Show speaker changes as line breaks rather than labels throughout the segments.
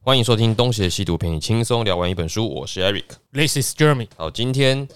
欢迎收听《东邪西毒》，陪你轻松聊完一本书。我是 Eric。
This is Jeremy，
好，今天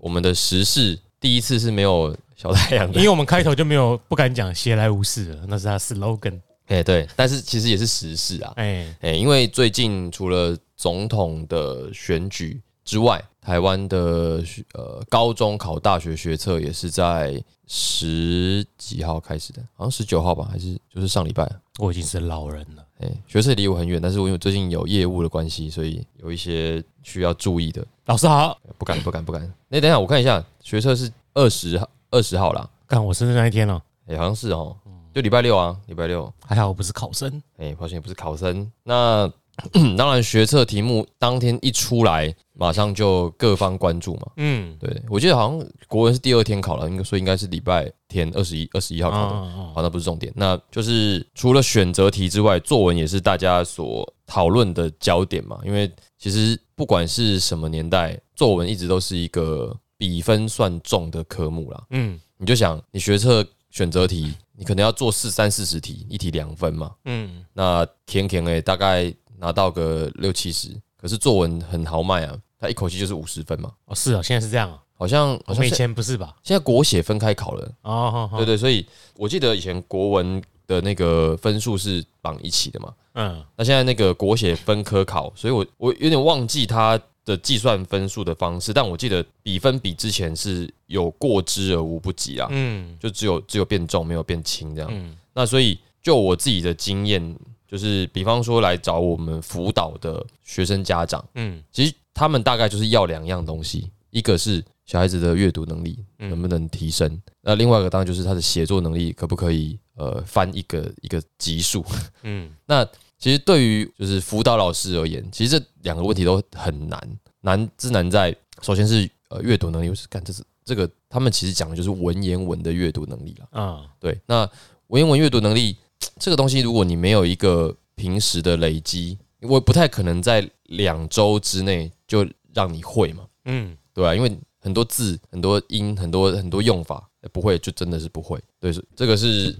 我们的时事第一次是没有小太阳的
因，为我们开头就没有不敢讲闲来无事了，那是他 slogan。
哎、对，但是其实也是时事啊，
哎、
哎、因为最近除了总统的选举之外，台湾的学呃高中考大学学测也是在十几号开始的，好像十九号吧，还是就是上礼拜。啊
我已经是老人了，
哎、学测离我很远，但是我因为最近有业务的关系，所以有一些需要注意的。
老师好，
不敢，不敢，不敢。那等一下，我看一下，学测是二十号，二十号啦，
干我生日那一天哦，
哎、好像是哦，就礼拜六啊，礼拜六。
还好我不是考生，
哎、抱歉，也不是考生。那 当然，学测题目当天一出来，马上就各方关注嘛。
嗯，
对，我记得好像国文是第二天考了，应该所以应该是礼拜天二十一二十一号
啊
考的。
啊
好，那不是重点，那就是除了选择题之外，作文也是大家所讨论的焦点嘛。因为其实不管是什么年代，作文一直都是一个比分算重的科目啦。
嗯
你就想，你学测选择题，你可能要做四三四十题，一题两分嘛。
嗯，
那填填诶，大概拿到个六七十，可是作文很豪迈啊，它一口气就是五十分嘛。
哦是哦，现在是这样哦，
好像
我
好像
们以
现
前不是吧？
现在国写分开考了。
哦，好好
对对，所以我记得以前国文的那个分数是绑一起的嘛，
嗯，
那现在那个国写分科考，所以我我有点忘记它的计算分数的方式，但我记得比分比之前是有过之而无不及啊，啊
嗯
就只有只有变重没有变轻这样。
嗯
那所以就我自己的经验，就是比方说来找我们辅导的学生家长，
嗯
其实他们大概就是要两样东西，一个是小孩子的阅读能力
嗯
能不能提升，那另外一个当然就是他的写作能力可不可以呃翻一个一个级数。
嗯
那其实对于就是辅导老师而言，其实这两个问题都很难，难之难在首先是呃阅读能力，我是看这是这个他们其实讲的就是文言文的阅读能力啦。
啊
对，那文言文阅读能力这个东西，如果你没有一个平时的累积，我不太可能在两周之内就让你会嘛，
嗯
对啊吧、因为很多字、很多音、很多很多用法不会，就真的是不会。对，是这个是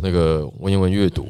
那个文言文阅读，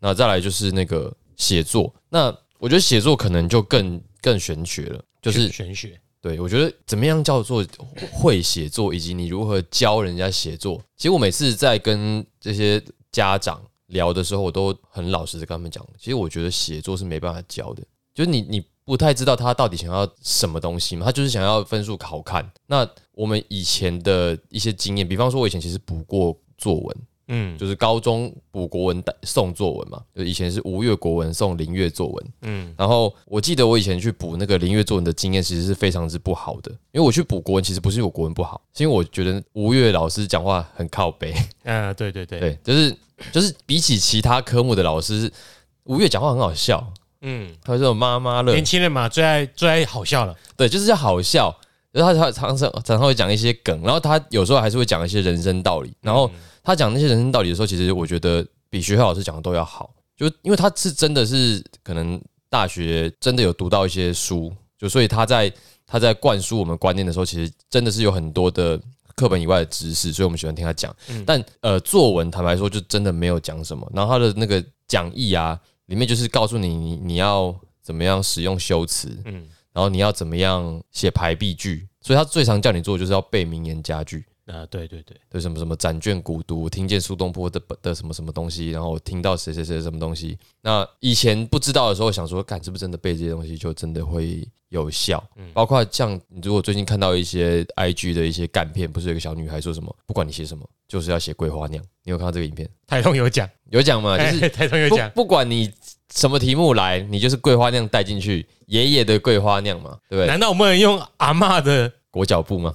那再来就是那个写作。那我觉得写作可能就更更玄学了，就是
玄学，
对，我觉得怎么样叫做会写作，以及你如何教人家写作。其实我每次在跟这些家长聊的时候，我都很老实的跟他们讲，其实我觉得写作是没办法教的，就是你你不太知道他到底想要什么东西嘛，他就是想要分数好看。那我们以前的一些经验，比方说我以前其实补过作文，
嗯
就是高中补国文送作文嘛，就以前是吴越国文送林越作文，
嗯
然后我记得我以前去补那个林月作文的经验，其实是非常之不好的。因为我去补国文，其实不是我国文不好，是因为我觉得吴越老师讲话很靠背。
啊对对对，
对，就是就是比起其他科目的老师，吴越讲话很好笑，
嗯，
他这种妈妈乐
年，轻人嘛最爱最爱好笑了，
对，就是要好笑。然后他他常常常常会讲一些梗，然后他有时候还是会讲一些人生道理。然后他讲那些人生道理的时候，其实我觉得比学校老师讲的都要好，就因为他是真的是可能大学真的有读到一些书，就所以他在他在灌输我们观念的时候，其实真的是有很多的课本以外的知识，所以我们喜欢听他讲。但呃，作文坦白说，就真的没有讲什么。然后他的那个讲义啊，里面就是告诉你你你要怎么样使用修辞，
嗯
然后你要怎么样写排比句，所以他最常叫你做的就是要背名言佳句。
啊对对对，
对什么什么展卷古读，听见苏东坡的的什么什么东西，然后听到谁谁谁什么东西。那以前不知道的时候，想说，干是不是真的背这些东西就真的会有效？
嗯
包括像你如果最近看到一些 IG 的一些干片，不是有一个小女孩说什么，不管你写什么，就是要写桂花酿。你有看到这个影片？
台东有讲，
有讲吗？就
哎
是
台东有
不
讲，
不管你什么题目来，你就是桂花酿带进去，爷爷的桂花酿嘛，对不对？
难道我们用阿嬷的
裹脚布吗？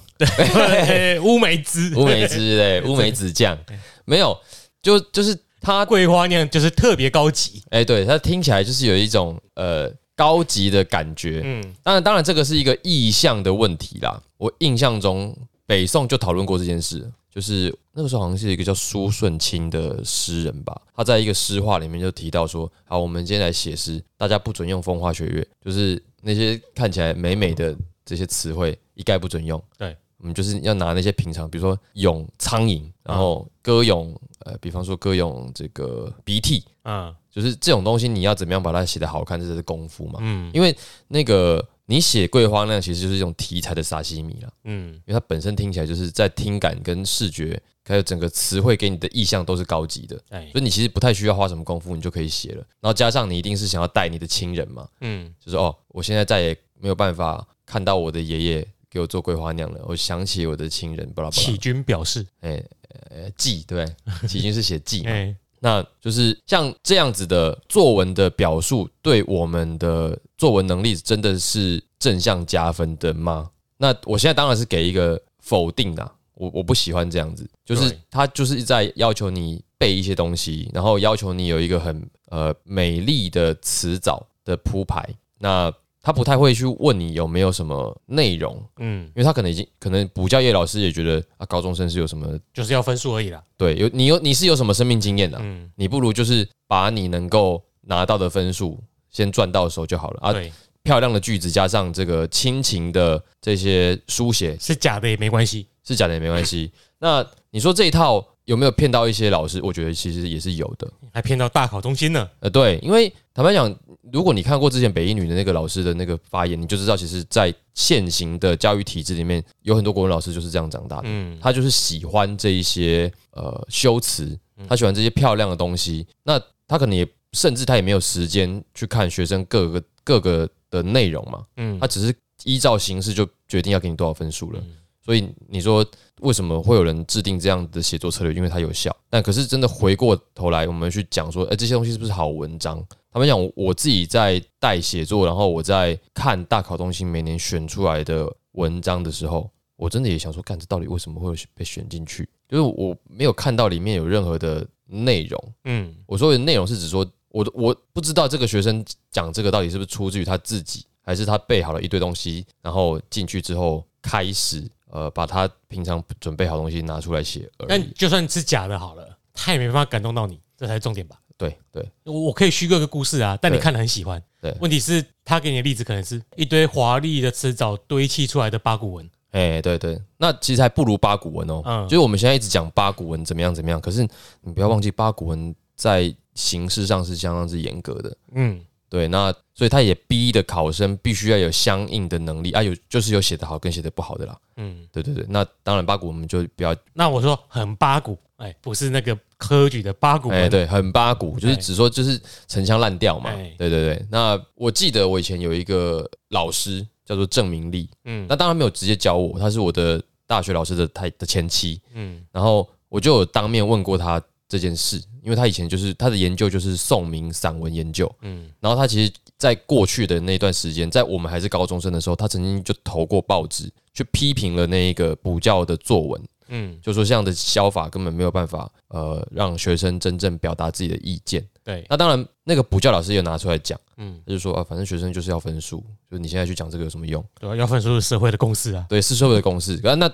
对乌梅汁、
乌梅汁对，乌梅子酱没有，就就是它，
桂花酿就是特别高级。
哎、对，它听起来就是有一种呃高级的感觉。
嗯
当然，当然这个是一个意向的问题啦。我印象中北宋就讨论过这件事，就是那个时候好像是一个叫苏舜钦的诗人吧，他在一个诗话里面就提到说，好，我们今天来写诗，大家不准用风花雪月，就是那些看起来美美的这些词汇一概不准用。
对。
我们就是要拿那些平常，比如说咏苍蝇，然后歌咏，呃，比方说歌咏这个鼻涕，
啊，
就是这种东西你要怎么样把它写得好看，这是功夫嘛。
嗯
因为那个你写桂花那样，其实就是一种题材的沙西米啦，
嗯
因为它本身听起来就是在听感跟视觉，还有整个词汇给你的意象都是高级的，
哎
所以你其实不太需要花什么功夫，你就可以写了。然后加上你一定是想要带你的亲人嘛，
嗯
就是哦，我现在再也没有办法看到我的爷爷给我做桂花酿了，我想起我的亲人，巴拉巴
启军表示
拉，哎、呃，记对不对？起军是写记嘛，
哎
那就是像这样子的作文的表述，对我们的作文能力真的是正向加分的吗？那我现在当然是给一个否定啦，我我不喜欢这样子，就是
对
他就是在要求你背一些东西，然后要求你有一个很呃美丽的词藻的铺排，那他不太会去问你有没有什么内容，
嗯
因为他可能已经可能补教业老师也觉得啊高中生是有什么
就是要分数而已啦，
对有你有你是有什么生命经验的、啊
嗯
你不如就是把你能够拿到的分数先赚到手就好了啊。
对，
漂亮的句子加上这个亲情的这些书写，
是假的也没关系，
是假的也没关系。那你说这一套有没有骗到一些老师？我觉得其实也是有的。
还骗到大考中心呢，
呃，对，因为坦白讲，如果你看过之前北一女的那个老师的那个发言，你就知道，其实，在现行的教育体制里面，有很多国文老师就是这样长大的。
嗯
他就是喜欢这一些呃修辞，他喜欢这些漂亮的东西。那他可能也甚至他也没有时间去看学生各个各个的内容嘛，
嗯
他只是依照形式就决定要给你多少分数了
嗯。
所以你说为什么会有人制定这样的写作策略？因为它有效。但可是真的回过头来，我们去讲说，哎、这些东西是不是好文章？他们讲我我自己在带写作，然后我在看大考中心每年选出来的文章的时候，我真的也想说，干这到底为什么会被选进去？就是我没有看到里面有任何的内容。
嗯
我说的内容是指说，我的我不知道这个学生讲这个到底是不是出自于他自己，还是他背好了一堆东西，然后进去之后开始呃把他平常准备好的东西拿出来写而
但
已。
就算是假的好了，他也没办法感动到你，这才是重点吧。
对对
我我可以虚构一个故事啊，但你
对
看得很喜欢。
对
问题是他给你的例子可能是一堆华丽的词藻堆砌出来的八股文。
哎、对对，那其实还不如八股文哦。
嗯
就是我们现在一直讲八股文怎么样怎么样，可是你不要忘记八股文在形式上是相当之严格的。
嗯，
对，那所以他也逼的考生必须要有相应的能力啊，有就是有写得好跟写得不好的啦。
嗯，
对对对，那当然八股我们就不要
那我说很八股，哎，不是那个科举的八股
哎、
文。
对，很八股，就是
哎
只说就是陈腔滥调嘛。
哎
对对对，那我记得我以前有一个老师叫做郑明利，
嗯
那当然没有直接教我，他是我的大学老师的太的前妻，
嗯
然后我就有当面问过他这件事，因为他以前就是他的研究就是宋明散文研究，
嗯
然后他其实，在过去的那段时间，在我们还是高中生的时候，他曾经就投过报纸去批评了那一个补教的作文，
嗯，
就说这样的教法根本没有办法呃让学生真正表达自己的意见。
对，
那当然，那个补教老师也拿出来讲，
嗯，
他就说啊，反正学生就是要分数，就是你现在去讲这个有什么用？
对啊，要分出社会的共识啊。
对，是社会的公式。啊那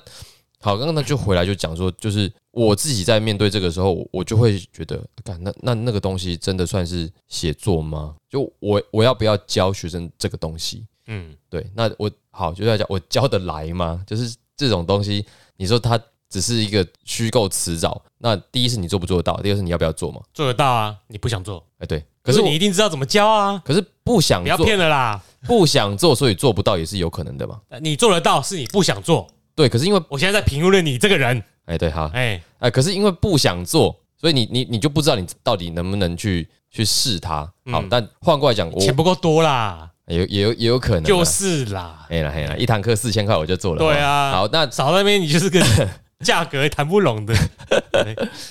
好，刚刚他就回来就讲说，就是我自己在面对这个时候，我我就会觉得，干那那那个东西真的算是写作吗？就我我要不要教学生这个东西？
嗯，
对，那我好就是要讲我教得来吗？就是这种东西，你说它只是一个虚构词藻，那第一是你做不做得到，第二是你要不要做嘛？
做得到啊，你不想做，
哎，对，可
可
是
是
我
你一定知道怎么教啊，
可是不想
不要
做，
骗了啦。
不想做，所以做不到也是有可能的嘛。
你做得到是你不想做，
对，可是因为
我现在在评论你这个人，
哎，对哈，
哎，
哎，可是因为不想做，所以你你你就不知道你到底能不能去去试它。好，
嗯
但换过来讲，我
钱不够多啦，
也有也有也有可能啊，
就是啦，
哎啦哎啦，一堂课四千块我就做了。
对啊
好，那
少在那边你就是 个价格谈不拢的。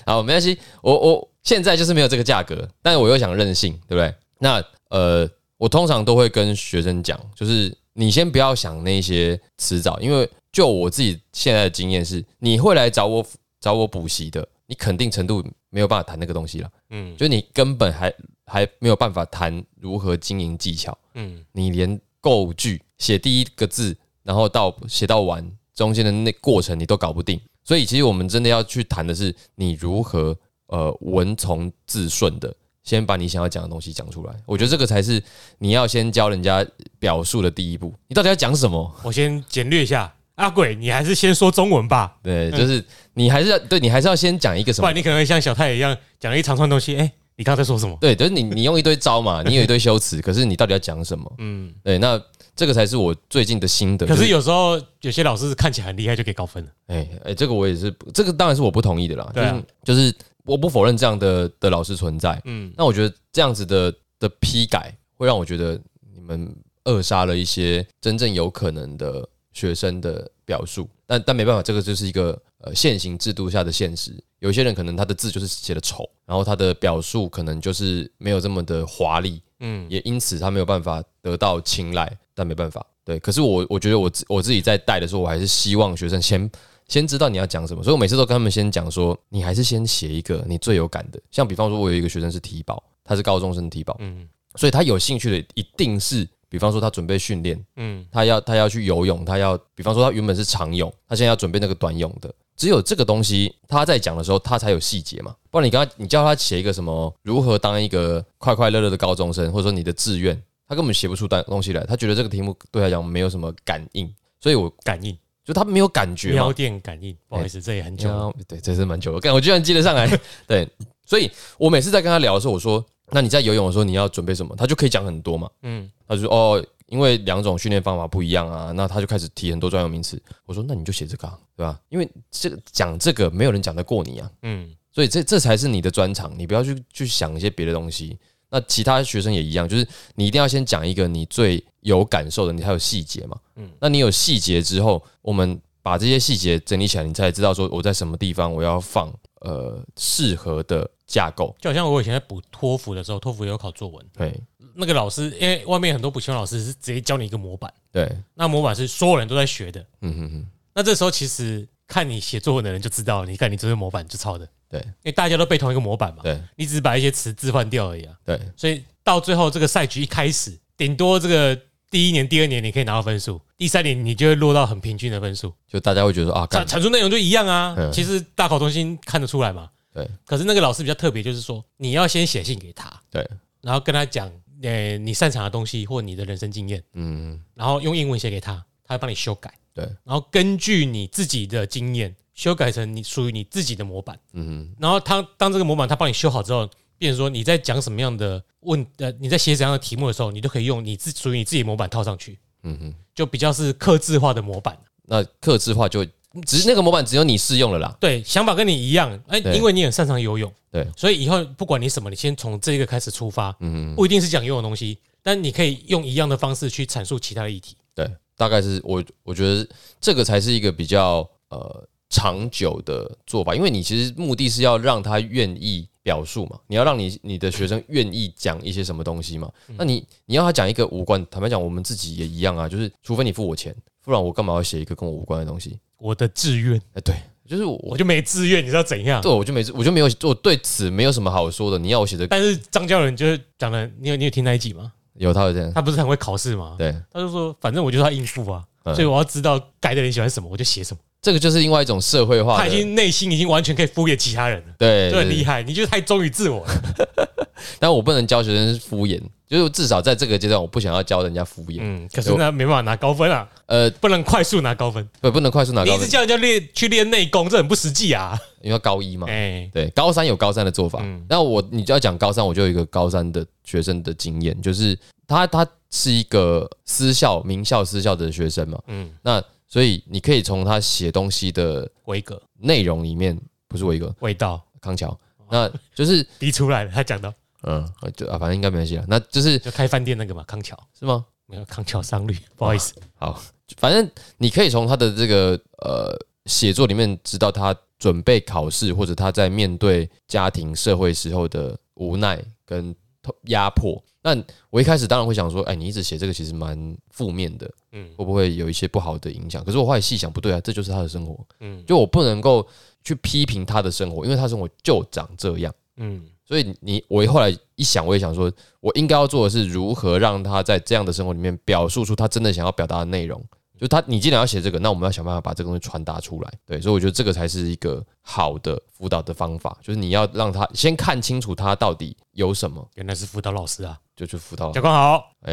好，没关系，我我现在就是没有这个价格，但是我又想任性，对不对？那呃，我通常都会跟学生讲，就是你先不要想那些迟早，因为就我自己现在的经验是，你会来找我找我补习的，你肯定程度没有办法谈那个东西了，
嗯
就你根本还还没有办法谈如何经营技巧，
嗯
你连构句写第一个字，然后到写到完中间的那过程你都搞不定，所以其实我们真的要去谈的是你如何呃文从字顺的先把你想要讲的东西讲出来。我觉得这个才是你要先教人家表述的第一步。你到底要讲什么？，
我先简略一下。阿鬼，你还是先说中文吧，
嗯对，就是你还是要对你还是要先讲一个什
不
么
然你可能会像小太一样讲了一长串东西。哎、你刚才在说什 么？
对，就是你你用一堆招嘛，你有一堆修辞，可是你到底要讲什么？
嗯，
对，那这个才是我最近的心得。
可
就是
有时候有些老师看起来很厉害就给高分了。
哎、哎、这个我也是，这个当然是我不同意的啦。
对啊
就是就是我不否认这样的的老师存在。
嗯，
那我觉得这样子的的批改，会让我觉得你们扼杀了一些真正有可能的学生的表述。但但没办法，这个就是一个呃现行制度下的现实。有些人可能他的字就是写的丑，然后他的表述可能就是没有这么的华丽，
嗯，
也因此他没有办法得到青睐，但没办法，对。可是我我觉得我自我自己在带的时候，我还是希望学生先先知道你要讲什么，所以我每次都跟他们先讲说，你还是先写一个你最有感的，像比方说，我有一个学生是体保，他是高中生体保，
嗯
所以他有兴趣的一定是，比方说他准备训练，
嗯
他要他要去游泳，他要比方说他原本是长泳，他现在要准备那个短泳的。只有这个东西，他在讲的时候，他才有细节嘛。不然你刚你叫他写一个什么如何当一个快快乐乐的高中生，或者说你的志愿，他根本写不出东东西来。他觉得这个题目对他来讲没有什么感应，所以我
感应，
就他没有感觉嘛
瞄。电感应，不好意思，这也很久了。
啊，对，这是蛮久的，干我居然记得上 来。对，所以我每次在跟他聊的时候，我说：“那你在游泳的时候你要准备什么？”他就可以讲很多嘛。
嗯，
他就说：“哦，因为两种训练方法不一样啊。”那他就开始提很多专有名词。我说：“那你就写这个、啊，对吧？因为这个讲这个没有人讲得过你啊，
嗯
所以这这才是你的专长，你不要去去想一些别的东西。”那其他学生也一样，就是你一定要先讲一个你最有感受的，你才有细节嘛。嗯
嗯，
那你有细节之后，我们把这些细节整理起来，你才知道说我在什么地方我要放呃适合的架构。
就好像我以前在补托福的时候，托福也有考作文，
对
那个老师，因为外面很多补习班老师是直接教你一个模板，
对，
那模板是所有人都在学的。
嗯哼哼，
那这时候其实看你写作文的人就知道，你看你这是模板就抄的，
对
因为大家都背同一个模板嘛，
对
你只是把一些词置换掉而已啊。
对，
所以到最后这个赛局一开始，顶多这个第一年、第二年你可以拿到分数，第三年你就会落到很平均的分数，
就大家会觉得说啊，
产
干
产出内容就一样啊
嗯。
其实大考中心看得出来嘛。
对
可是那个老师比较特别，就是说你要先写信给他，
对，
然后跟他讲，呃，你擅长的东西或你的人生经验，
嗯
然后用英文写给他，他会帮你修改，
对，
然后根据你自己的经验修改成你属于你自己的模板。
嗯
然后他当这个模板他帮你修好之后，变成说你在讲什么样的问呃你在写怎样的题目的时候，你都可以用你自属于你自己的模板套上去，
嗯哼，
就比较是刻字化的模板。
那克制化就只是那个模板只有你适用了啦。
对，想法跟你一样，哎、
对
因为你很擅长游泳，
对，
所以以后不管你什么，你先从这个开始出发，
嗯，
不一定是讲游泳的东西，但你可以用一样的方式去阐述其他的议题。
对，大概是我我觉得这个才是一个比较呃长久的做法，因为你其实目的是要让他愿意表述嘛，你要让你你的学生愿意讲一些什么东西嘛。
嗯
那你你要他讲一个无关，坦白讲，我们自己也一样啊，就是除非你付我钱，不然我干嘛要写一个跟我无关的东西？
我的志愿，
哎、对，就是我
我。就没志愿，你知道怎样？
对，我就没我就没有我对此没有什么好说的。你要我写的
但是张教仁就是讲的，你有你有听那一集吗？
有他的这样，
他不是很会考试吗？
对，
他就说，反正我就是要应付啊，
嗯
所以我要知道该的人喜欢什么，我就写什么。
这个就是另外一种社会化的，
他已经内心已经完全可以敷衍其他人了，
对
就很
对
厉害。你就是太忠于自我了。
但我不能教学生敷衍，就是至少在这个阶段，我不想要教人家敷衍。
嗯，可是那没办法拿高分啊，
呃，
不能快速拿高分。
不，不能快速拿
你
啊高
一直
分，
叫人家练去练内功，这很不实际啊！
因为要高一嘛。
哎，
对，高三有高三的做法。
嗯
那我你就要讲高三，我就有一个高三的学生的经验，就是他他是一个私校、名校、私校的学生嘛。
嗯，
那所以你可以从他写东西的
规格、
内容里面，不是我一个
味道
康桥，那就是
滴出来了。他讲到
嗯，呃就啊，反正应该没关系了。那就是
就开饭店那个嘛，康桥
是吗？
没有康桥商旅，不好意思，
好，反正你可以从他的这个呃写作里面知道他准备考试或者他在面对家庭社会时候的无奈跟压迫。那我一开始当然会想说，哎，你一直写这个其实蛮负面的，
嗯
会不会有一些不好的影响？可是我后来细想，不对啊，这就是他的生活，
嗯
就我不能够去批评他的生活，因为他生活就长这样。
嗯
所以你我后来一想，我也想说，我应该要做的是如何让他在这样的生活里面表述出他真的想要表达的内容。就他，你既然要写这个，那我们要想办法把这个东西传达出来。对，所以我觉得这个才是一个好的辅导的方法，就是你要让他先看清楚他到底有什么，
原来是辅导老师啊，
就去辅导
教官好，
哎、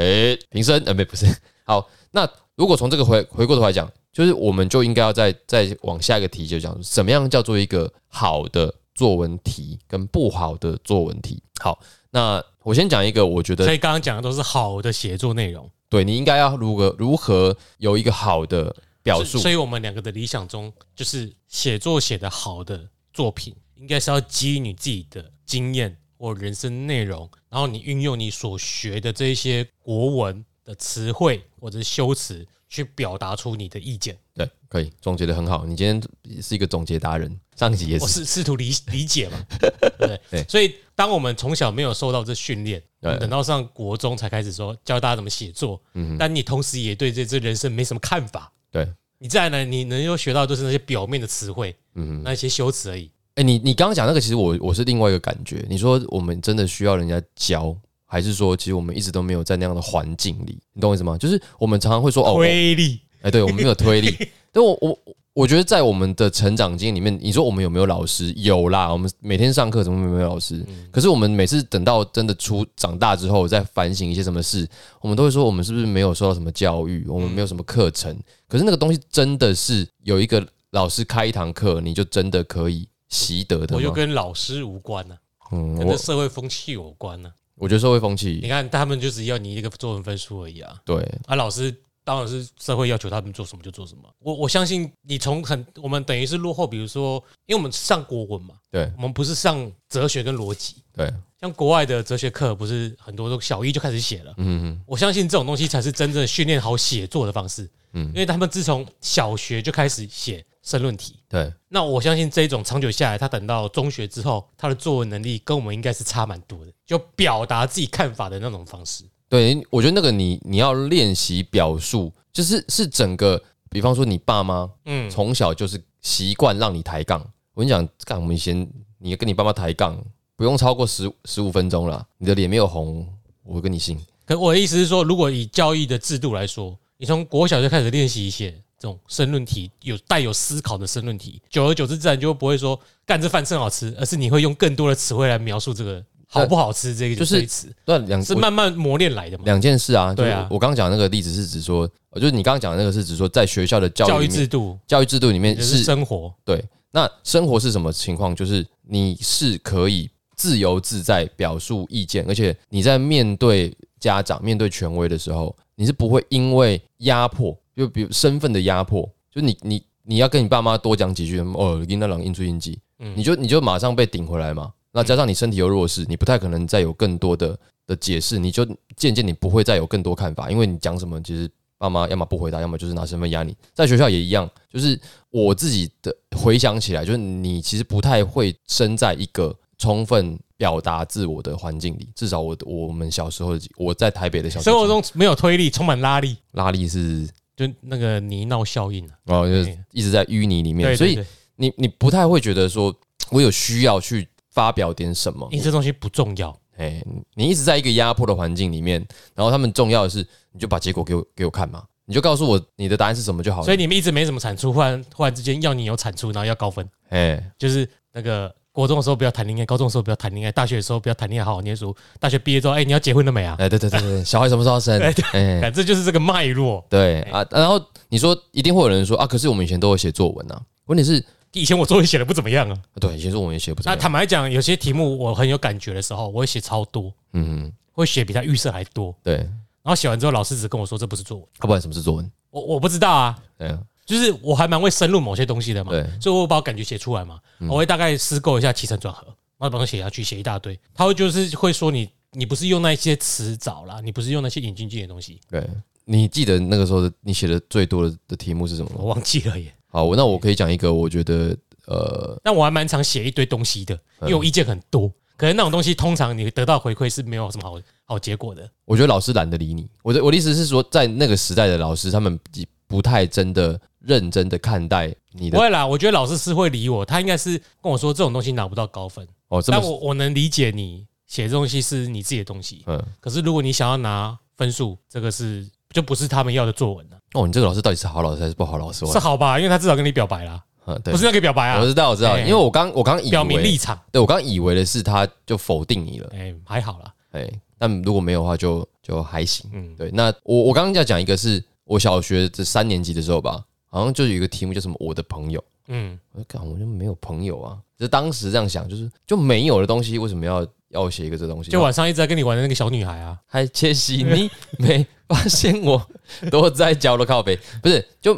平生，呃，没不是， 好，那如果从这个回回过头来讲，就是我们就应该要再再往下一个题，就讲什么样叫做一个好的作文题跟不好的作文题。好，那我先讲一个，我觉得
所以刚刚讲的都是好的写作内容
对你应该要如何如何有一个好的表述
所以。所以我们两个的理想中，就是写作写得好的作品，应该是要基于你自己的经验或人生内容，然后你运用你所学的这一些国文的词汇或者是修辞，去表达出你的意见。
对，可以总结的很好。你今天是一个总结达人，上一集也
我
是。
试试 图理理解嘛，对不对？
对
所以当我们从小没有受到这训练，
对嗯
我们等到上国中才开始说教大家怎么写作，但你同时也对这这人生没什么看法，
对，
你再来你能够学到就是那些表面的词汇，
嗯哼，
那些修辞而已。
哎、你你刚刚讲那个，其实我我是另外一个感觉。你说我们真的需要人家教，还是说其实我们一直都没有在那样的环境里？你懂我意思吗？就是我们常常会说哦，我哎、
推力
对我们没有推 力。但我我我觉得在我们的成长经验里面，你说我们有没有老师？有啦，我们每天上课怎么没有老师？
嗯
可是我们每次等到真的出长大之后，再反省一些什么事，我们都会说我们是不是没有受到什么教
嗯
育，我们没有什么课程。可是那个东西真的是有一个老师开一堂课，你就真的可以习得的
我就
吗？
跟老师无关呢、
嗯，
跟这
我
社会风气有关呢、
我觉得社会风
你
气
看他们就只要你一个作文分数而已啊，
对，
啊，老师当然是社会要求他们做什么就做什么。我我相信你从很我们等于是落后，比如说，因为我们上国文嘛，
对
我们不是上哲学跟逻辑，
对，
像国外的哲学课不是很多都小一就开始写了。
嗯嗯
我相信这种东西才是真正训练好写作的方式，
嗯
因为他们自从小学就开始写申论题。
对，
那我相信这一种长久下来，他等到中学之后，他的作文能力跟我们应该是差蛮多的，就表达自己看法的那种方式。
对，我觉得那个你你要练习表述，就是是整个，比方说你爸妈
嗯，
从小就是习惯让你抬杠。我跟你讲，干我们以前你跟你爸妈抬杠，不用超过十十五分钟啦，你的脸没有红，我跟你信。
可我的意思是说，如果以教育的制度来说，你从国小就开始练习一些这种申论题，有带有思考的申论题，久而久之，自然就不会说“干这饭真好吃”，而是你会用更多的词汇来描述这个好不好吃这个
就是
这一词，
那两
是
我
慢慢磨练来的嘛？
两件事啊，就是
对啊
我刚刚讲的那个例子是指说，呃就是你刚刚讲的那个是指说，在学校的教育
教育
里面
制度
教育制度里面
就是
是
生活，
对。那生活是什么情况？就是你是可以自由自在表述意见，而且你在面对家长、面对权威的时候，你是不会因为压迫，就比如身份的压迫，就你你你要跟你爸妈多讲几句，哦，你那狼应出应激，
嗯
你就你就马上被顶回来嘛。那加上你身体又弱势，你不太可能再有更多的的解释，你就渐渐你不会再有更多看法，因为你讲什么其实爸妈要么不回答，要么就是拿身份压你。在学校也一样，就是我自己的回想起来，就是你其实不太会身在一个充分表达自我的环境里，至少我我们小时候的我在台北的小时
生
候
活中没有推力，充满拉力，
拉力是
就那个泥淖效应啊。
哦，就是
对
一直在淤泥里面，
对，
所以
对对
你你不太会觉得说我有需要去发表点什么，
因为这东西不重要，
哎、你一直在一个压迫的环境里面，然后他们重要的是，你就把结果给我给我看嘛，你就告诉我你的答案是什么就好了。
所以你们一直没什么产出，忽然忽然之间要你有产出，然后要高分。
哎、
就是那个国中的时候不要谈恋爱，高中的时候不要谈恋爱，大学的时候不要谈恋爱，好好念书。大学毕业之后，哎、你要结婚了没啊？
哎，对对对 对，小孩什么时候要生？哎、
哎，这就是这个脉络。
对啊，然后你说一定会有人说啊，可是我们以前都有写作文啊，问题是，
以前我作文写的不怎么样啊。
对，以前作文也写不怎
那
么样，
坦白讲，有些题目我很有感觉的时候，我会写超多，
嗯，
会写比他预设还多。
对，
然后写完之后，老师只跟我说这不是作文，
要、不然什么是作文？
我我不知道啊，
对啊，
就是我还蛮会深入某些东西的嘛，
对，嗯
所以我把我感觉写出来嘛，我会大概思构一下起承转合，然后把它写下去，写一大堆。他会就是会说你你不是用那些词藻啦，你不是用那些引经据典的东西，
对。你记得那个时候的你写的最多的的题目是什么吗？
我忘记了耶。
好，我那我可以讲一个，我觉得呃，
但我还蛮常写一堆东西的，
嗯
因为我意见很多。可能那种东西通常你得到回馈是没有什么好好结果的。
我觉得老师懒得理你。我的我的意思是说，在那个时代的老师，他们不不太真的认真的看待你
不
的
会啦，我觉得老师是会理我，他应该是跟我说这种东西拿不到高分。
哦，这
但
么
我我能理解你写这东西是你自己的东西，
嗯
可是如果你想要拿分数，这个是就不是他们要的作文了，
哦，你这个老师到底是好老师还是不好老师？
是
我
好吧？因为他至少跟你表白啦，
嗯，对
不，是那个表白
我
啊，
知道，我知道，
哎
因为我刚我刚以
表明立
为，
场。
对我刚以为的是他就否定你了，
哎，还好啦，
哎，但如果没有的话就，就还行。
嗯，
对，那我我刚刚要讲一个是我小学这三年级的时候吧，好像就有一个题目叫什么“我的朋友”，
嗯，
我就干，我就没有朋友啊。只是当时这样想，就是就没有的东西，为什么要要写一个这东西？
就晚上一直在跟你玩的那个小女孩啊，
还窃喜，你没发现我都在角落靠背？不是，就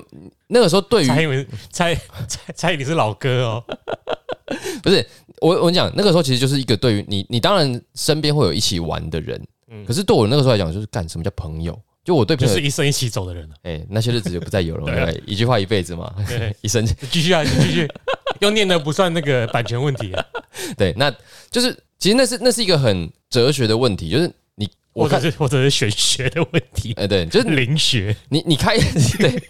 那个时候对于
猜以为猜 猜猜你是老哥哦，
不是我，我讲那个时候其实就是一个对于你，你当然身边会有一起玩的人，
嗯
可是对我那个时候来讲，就是干什么叫朋友？就我对朋
就
友，
是
哎、
一生一起走的人了。啊
那些日子就不再有了，
对啊
对不对一句话一辈子嘛，
对，
一生
继续啊，你 继续，用念的不算那个版权问题啊，
对，那就是其实那是那是一个很哲学的问题，就是你我
或
看
者，是或者是玄学的问题，
哎、对，就是
灵学。
你你开 对，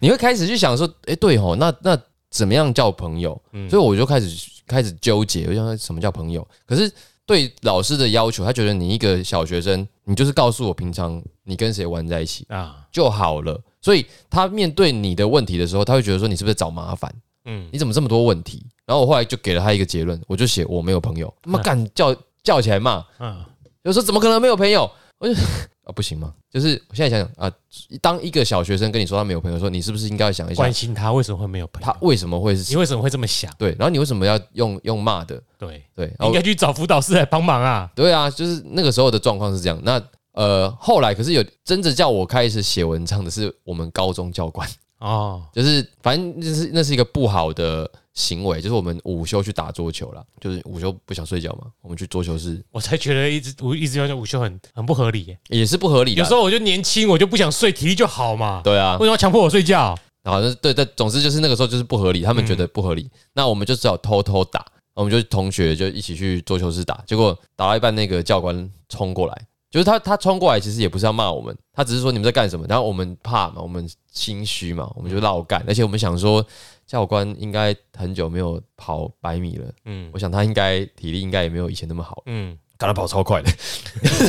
你会开始去想说，哎、对哦，那那怎么样叫朋友？
嗯
所以我就开始开始纠结，我想说什么叫朋友？可是对老师的要求，他觉得你一个小学生，你就是告诉我平常你跟谁玩在一起
啊，
就好了。所以他面对你的问题的时候，他会觉得说你是不是找麻烦？
嗯，
你怎么这么多问题？然后我后来就给了他一个结论，我就写我没有朋友，他妈干叫叫起来骂，
嗯，
就说怎么可能没有朋友？我就 啊不行吗？就是我现在想想啊，当一个小学生跟你说他没有朋友的时候，说你是不是应该要想一想
关心他为什么会没有朋
他
友？
为什么会
你
是
为什么会这么想？
对？然后你为什么要用用骂的？
对，
对，哦然
你应
后
该去找辅导师来帮忙啊。
对啊，就是那个时候的状况是这样。那呃，后来可是有真正叫我开始写文章的是我们高中教官，
哦，
就是反正就是那是一个不好的行为，就是我们午休去打桌球啦，就是午休不想睡觉嘛，我们去桌球室
我才觉得一直我一直要讲午休很很不合理耶。
也是不合理的。
有时候我就年轻，我就不想睡，体力就好嘛。
对啊
为什，么要强迫我睡觉？
然后对对，总之就是那个时候就是不合理，他们觉
嗯
得不合理，那我们就只好偷偷打，我们就同学就一起去桌球室打，结果打到一半，那个教官冲过来，就是他他冲过来其实也不是要骂我们，他只是说你们在干什么，然后我们怕嘛，我们心虚嘛，我
嗯
们就绕干，而且我们想说教官应该很久没有跑百米了，
嗯
我想他应该体力应该也没有以前那么好了，
嗯，
赶他跑超快的，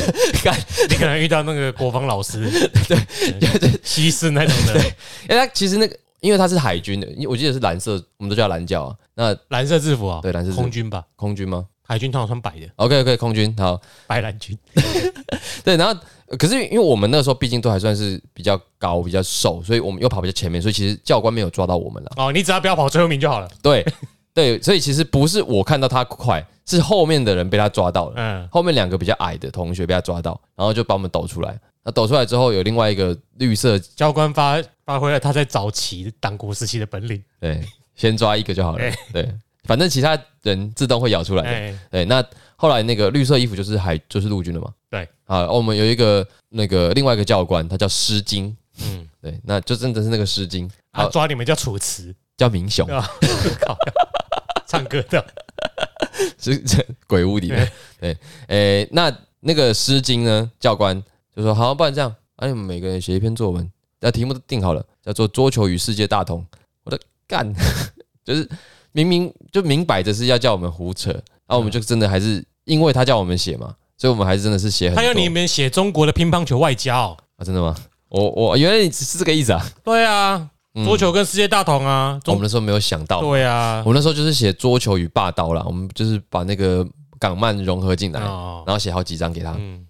你可能遇到那个国防 老师，对，西式那种的
哎，他其实那个因为他是海军的，因为我记得是蓝色，我们都叫他蓝教啊，那
蓝色制服啊，
对蓝色制服
空军吧，
空军吗
海军通常穿白的，
？OK OK，空军好。
白蓝军。
对，然后呃可是因为我们那时候毕竟都还算是比较高、比较瘦，所以我们又跑比较前面，所以其实教官没有抓到我们了。
哦，你只要不要跑最后一名就好了。
对对，所以其实不是我看到他快，是后面的人被他抓到了。
嗯，
后面两个比较矮的同学被他抓到，然后就把我们抖出来。那抖出来之后，有另外一个绿色，
教官发发挥了他在早期党国时期的本领。
对，先抓一个就好了
哎。
对，反正其他人自动会咬出来的。
哎，
对，那后来那个绿色衣服就是海，就是陆军的嘛。
对，
啊，我们有一个那个另外一个教官，他叫诗经。
嗯，
对，那就真的是那个诗经，
他
好
抓你们叫楚辞，
叫明雄，
啊， 靠唱歌的。
是 这鬼屋里面。对，诶、那那个《诗经》呢，教官就说：“好，不然这样，啊，你们每个人写一篇作文，那题目都定好了，叫做《桌球与世界大同》。”我的干， 就是明明就明摆着是要叫我们胡扯，然、后我
嗯
们就真的还是因为他叫我们写嘛，所以我们还是真的是写很多。
他要你们写中国的乒乓球外交。哦
啊，真的吗？我我原来你是这个意思啊！
对啊，
嗯
桌球跟世界大同啊，
我
中
们那时候没有想到，
对啊
我，们那时候就是写桌球与霸刀啦，我们就是把那个港漫融合进来，
哦，
然后写好几张给他。啊
嗯，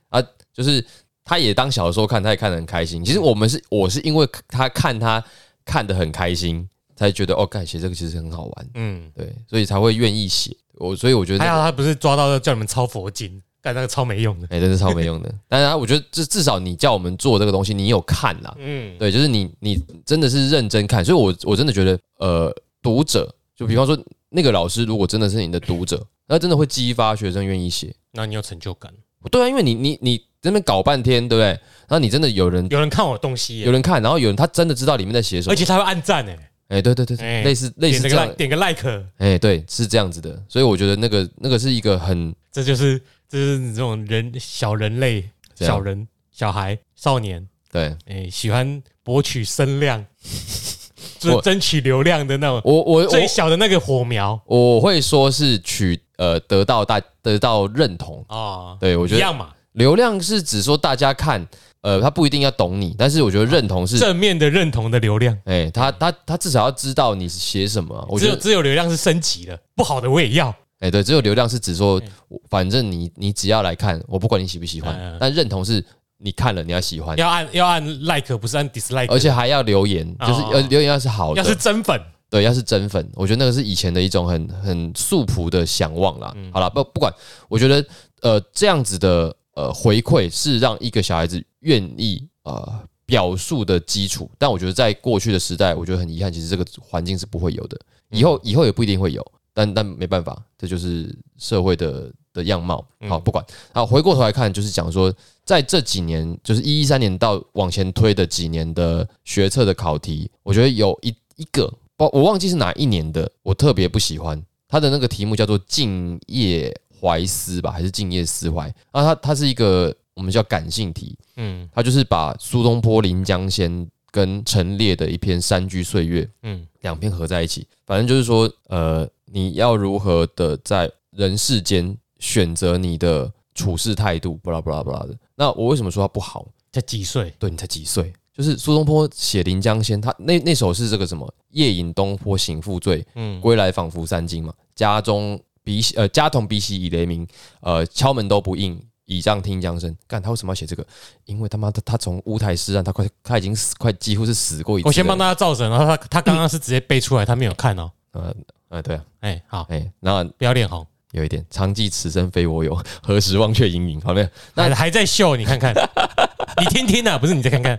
就是他也当小的时候看，他也看得很开心。其实我们是我是因为他看他看得很开心，才觉得哦，干写这个其实很好玩，
嗯，
对，所以才会愿意写。我所以我觉得
还
那
好
个，
他不是抓到叫你们抄佛经，但那个超没用的。
哎、真是超没用的。但是他啊我觉得至至少你叫我们做这个东西，你有看啦，
嗯，
对，就是你你真的是认真看。所以我我真的觉得，呃，读者就比方说那个老师，如果真的是你的读者，那真的会激发学生愿意写。
那你有成就感，
对啊，因为你你你在那边搞半天，对不对？然后你真的有人
有人看我的东西耶
有，人看，然后有人他真的知道里面在写什么，
而且他会按赞诶，
哎、对对对，
哎
对，类似类
点
似
个
这样
like，，点个 like，
哎、对，是这样子的，所以我觉得那个那个是一个很
这就是这就是你这种人小人类、
这样
小人、小孩、少年，
对
诶，喜欢博取声量，就是
我
争取流量的那种
我我
最小的那个火苗
我我会说是取呃得到大得到认同，
啊，
对我觉
一
得
样嘛，
流量是指说大家看，呃，他不一定要懂你，但是我觉得认同是，
正面的认同的流量。
哎、他他他至少要知道你写什么啊，我
只
觉
有
得，
只有流量是升级了，不好的我也要。
哎、对，只有流量是指说
哎，
我反正你你只要来看，我不管你喜不喜欢，
嗯嗯
但认同是你看了你要喜欢，
要按要按 like，不是按 dislike。
而且还要留言，就是
哦
呃留言要是好的，
要是真粉，
对，要是真粉，我觉得那个是以前的一种很很素朴的向往啦。好啦，不不管，我觉得呃这样子的呃回馈是让一个小孩子愿意呃表述的基础，但我觉得在过去的时代，我觉得很遗憾，其实这个环境是不会有的，以后以后也不一定会有，但但没办法，这就是社会的的样貌。好，不管，啊，回过头来看，就是讲说在这几年，就是一一三年到往前推的几年的学测的考题，我觉得有一一个，包我忘记是哪一年的，我特别不喜欢它的那个题目叫做“敬业怀思”吧，还是“敬业思怀”？啊，它它是一个我们叫感性题，
嗯
它就是把苏东坡、临江仙跟陈列的一篇《山居岁月》
嗯
两篇合在一起，反正就是说，呃，你要如何的在人世间选择你的处事态度，巴拉巴拉巴拉的。那我为什么说它不好？
才几岁？
对你才几岁？就是苏东坡写《临江仙》，他那那首是这个什么“夜饮东坡行复醉，
嗯
归来仿佛三更”嘛。家中鼻息呃，家童鼻息已雷鸣，呃，敲门都不应，倚杖听江声。干他为什么要写这个？因为他妈的他从乌台诗案，他快他已经死快几乎是死过一次了。
我先帮大家造神，然后他他刚刚是直接背出来，他没有看哦。
呃呃对啊，
哎，好，
哎、然后
不要脸红，
有一点“常记此身非我有，何时忘却营营”。好没有？那
还还在秀，你 看看，你听听啊，不是你再看看，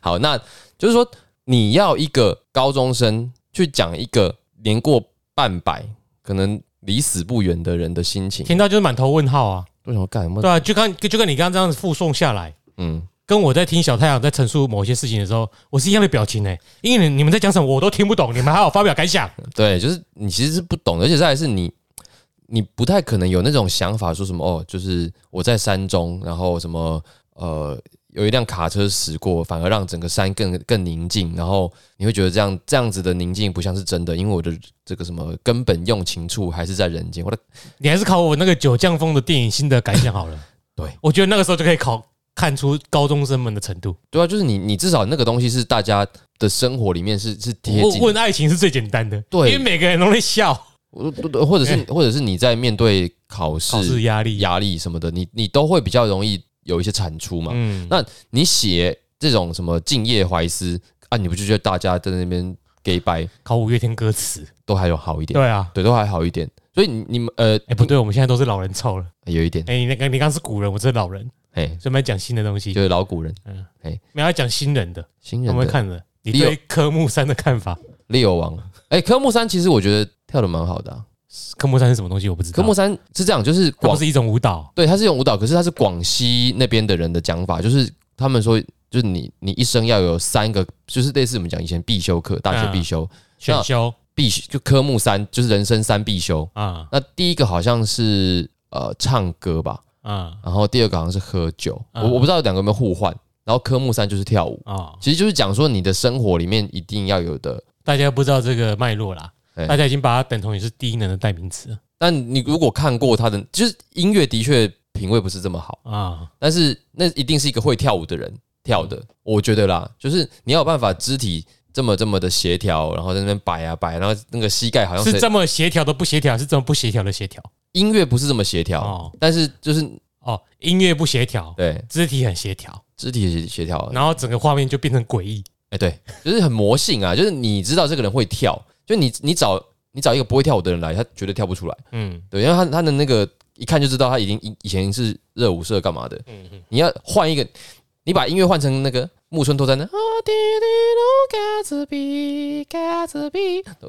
好，那就是说你要一个高中生去讲一个年过半百，可能离死不远的人的心情，
听到就是满头问号啊。
为什么干什么？
对啊，就跟就跟你刚刚这样子附送下来，
嗯，
跟我在听小太阳在陈述某些事情的时候，我是一样的表情哎、因为你你们在讲什么我都听不懂，你们还好发表感想，
对，就是你其实是不懂的，而且再来是你。你不太可能有那种想法，说什么哦，就是我在山中，然后什么呃，有一辆卡车驶过，反而让整个山更更宁静，然后你会觉得这样这样子的宁静不像是真的，因为我的这个什么根本用情处还是在人间，我的
你还是考我那个九降风的电影新的感想好了。
对，
我觉得那个时候就可以考看出高中生们的程度。
对啊，就是你，你至少那个东西是大家的生活里面是是贴
我
近
问爱情是最简单的，
对
因为每个人都会笑，
的，或者是或者是你在面对考
考试
试
压力，
压力什么的，你你都会比较容易有一些产出嘛。
嗯，
那你写这种什么敬业怀思啊，你不就觉得大家在那边 gay 掰
考五月天歌词，
都还有好一点，
对啊，
对，都还好一点。所以你你们呃
哎，不对，我们现在都是老人臭了。
有一点
哎，你那个你刚刚是古人，我是老人，
哎，
所以我们要讲新的东西，
就是老古人
没有要讲新人的，
新
我
人
们会
的
看的。你
你有
对科目三的看法？
猎友王哎，科目三其实我觉得跳的蛮好的啊。
科目三是什么东西？我不知道。
科目三是这样，就是
它
广
不是一种舞蹈，
对，他是用舞蹈，可是他是广西那边的人的讲法，就是他们说，就是你你一生要有三个，就是类似我们讲以前必修课，大学必修、
选修
必须就科目三，就是人生三必修。
啊
那第一个好像是呃唱歌吧，
啊
然后第二个好像是喝酒，
嗯
我我不知道两个有没有互换。然后科目三就是跳舞，
啊！
其实就是讲说你的生活里面一定要有的。
大家不知道这个脉络啦，
哎
大家已经把它等同于是低能的代名词了
但你如果看过他的，就是音乐的确品味不是这么好。
啊。
但是那一定是一个会跳舞的人跳
嗯
的，我觉得啦，就是你要有办法肢体这么这么的协调，然后在那边摆啊摆，然后那个膝盖好像
是
是
这么协调的不协调，是这么不协调的协调
音乐不是这么协调，
哦
但是就是
哦。音乐不协调，
对
肢体很协调，
肢体协协调，哎、
然后整个画面就变成诡异。
对，就是很魔性啊，就是你知道这个人会跳，就你你找你找一个不会跳舞的人来，他绝对跳不出来，
嗯
对，因为他他的那个一看就知道他已经以以前是热舞社干嘛的，
嗯嗯，
你要换一个，你把音乐换成那个木村拓哉的。啊哦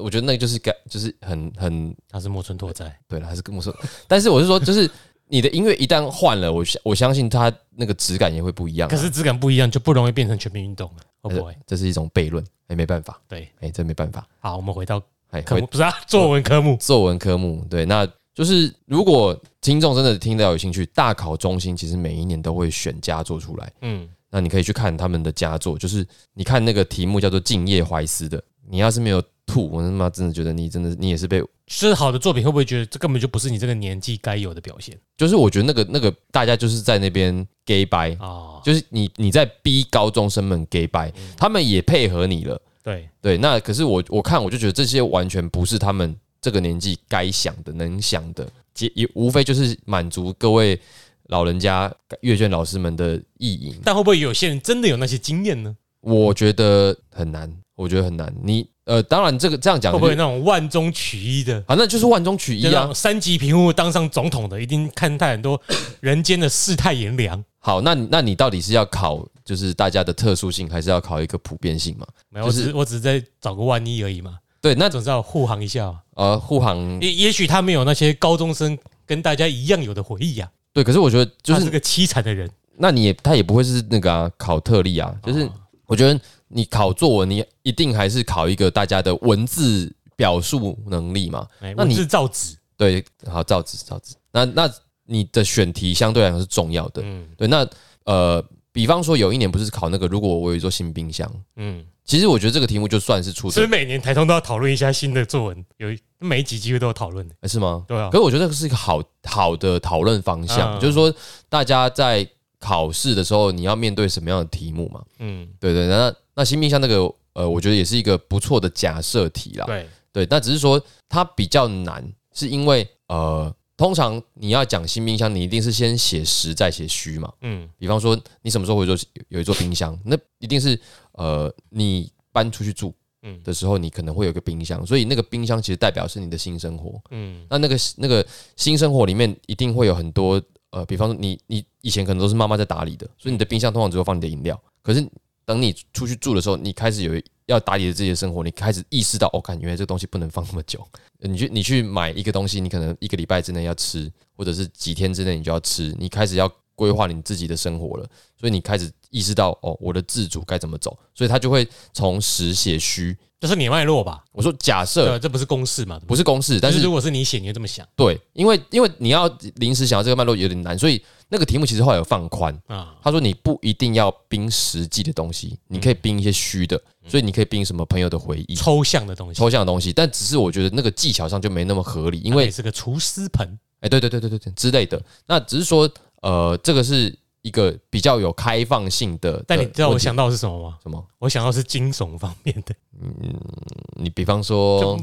我觉得那个就是该就是很很
他是木村拓哉，
对了，还是跟我说，但是我是说，就是你的音乐一旦换了，我相我相信它那个质感也会不一样啊。
可是质感不一样，就不容易变成全民运动了，哦会不会？
这是一种悖论，哎，没办法，
对，
哎，真没办法，
好，我们回到
哎，
科目，
回
不是啊，作文科目。
作文科目，对，那就是如果听众真的听到有兴趣，大考中心其实每一年都会选佳作出来。
嗯，
那你可以去看他们的佳作，就是你看那个题目叫做《敬业怀思》的，你要是没有吐，我他妈真的觉得你真的你也是被，
是好的作品，会不会觉得这根本就不是你这个年纪该有的表现
就是我觉得那个那个大家就是在那边 gay 掰，
啊？
就是你你在逼高中生们 gay 掰，他们也配合你了，
对，
对，那可是我我看我就觉得这些完全不是他们这个年纪该想的、能想的，也也无非就是满足各位老人家阅卷老师们的意淫。
但会不会有些人真的有那些经验呢？
我觉得很难，我觉得很难。你呃，当然这个这样讲
会不会那种万中取一的？
反正就是万中取
就
一
那
啊
种。三级贫户当上总统的，一定看待很多人间的世态炎凉。
好，那你那你到底是要考就是大家的特殊性，还是要考一个普遍性嘛？
没有，
就
我
是
只是我只是在找个万一而已嘛，
对，那
总是要护航一下嘛。
呃护航
也也许他没有那些高中生跟大家一样有的回忆啊，
对，可是我觉得就
他
是
是个凄惨的人。
那你也他也不会是那个啊考特例啊，就是我觉得你考作文，你一定还是考一个大家的文字表述能力嘛。
哎，
那
文
你
字造纸，
对，好，造纸造纸。那那你的选题相对来讲是重要的。
嗯
对，那呃，比方说有一年不是考那个，如果我有一座新冰箱，
嗯，
其实我觉得这个题目就算是出
所以
身，
每年台通都要讨论一下新的作文，有一每一集几乎都有讨论的。
呃是吗？
对啊
可，是我觉得这是一个好好的讨论方向，
嗯
就是说大家在考试的时候，你要面对什么样的题目嘛？
嗯，
对对，那那新冰箱那个呃，我觉得也是一个不错的假设题啦。
对，
对，那只是说它比较难，是因为呃，通常你要讲新冰箱，你一定是先写实再写虚嘛。
嗯
比方说，你什么时候会有一座有一座冰箱？那一定是呃，你搬出去住
嗯
的时候，你可能会有一个冰箱，所以那个冰箱其实代表是你的新生活。
嗯
那那个那个新生活里面一定会有很多呃，比方说你你以前可能都是妈妈在打理的，所以你的冰箱通常只有放你的饮料。可是等你出去住的时候，你开始有要打理自己的生活，你开始意识到，哦，看原来这个东西不能放那么久。你去你去买一个东西，你可能一个礼拜之内要吃，或者是几天之内你就要吃，你开始要规划你自己的生活了。所以你开始意识到，哦，我的自主该怎么走，所以他就会从实写虚。
就是你的脉络吧？
我说假设
对，这不是公式嘛？
不是公式，但
就是是如果是你写，你就这么想
对，因为因为你要临时想到这个脉络有点难，所以那个题目其实后来有放宽。
啊？
他说你不一定要冰实际的东西，你可
嗯
以冰一些虚的，所以你可以冰什么朋友的回忆、
抽象的东
嗯
西，
抽象的东西。但只是我觉得那个技巧上就没那么合理，因
它
为
也是个厨师盆。
哎，对对对对对对之类的。那只是说呃，这个是一个比较有开放性的。
但你
的
知道我
问题
想到的是什么吗？
什么？
我想到是惊悚方面的，
你比方说
就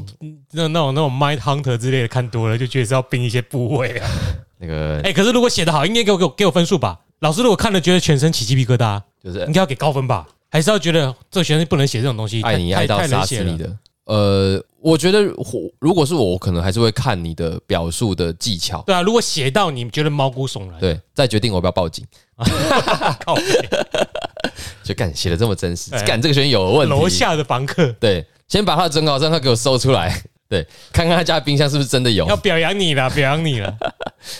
那那种那种 Mind Hunter 之类的看多了，就觉得是要冰一些部位 啊。
那个
哎、可是如果写得好，应该给我给我给我分数吧。老师如果看了觉得全身起鸡皮疙瘩，
就是
应该要给高分吧？还是要觉得这个学生不能写这种东西，
爱你
太
爱到
太太
杀
冷
死
血
你
了。
的。呃，我觉得我如果是我，我可能还是会看你的表述的技巧，
对啊，如果写到你觉得毛骨悚然，
对，再决定我要不要报警。
靠北，
就干写的这么真实，
哎
干这个学员有问题。
楼下的房客
对，先把他的准考证他给我搜出来，对，看看他家冰箱是不是真的有
要。表扬你了，表扬你了。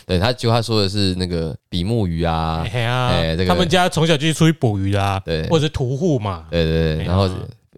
对他，就他说的是那个比目鱼啊，
哎呀
哎这个，
他们家从小就是出去捕鱼的啊
对，
或者是屠户嘛。
对对
哎
对，
呀
然后就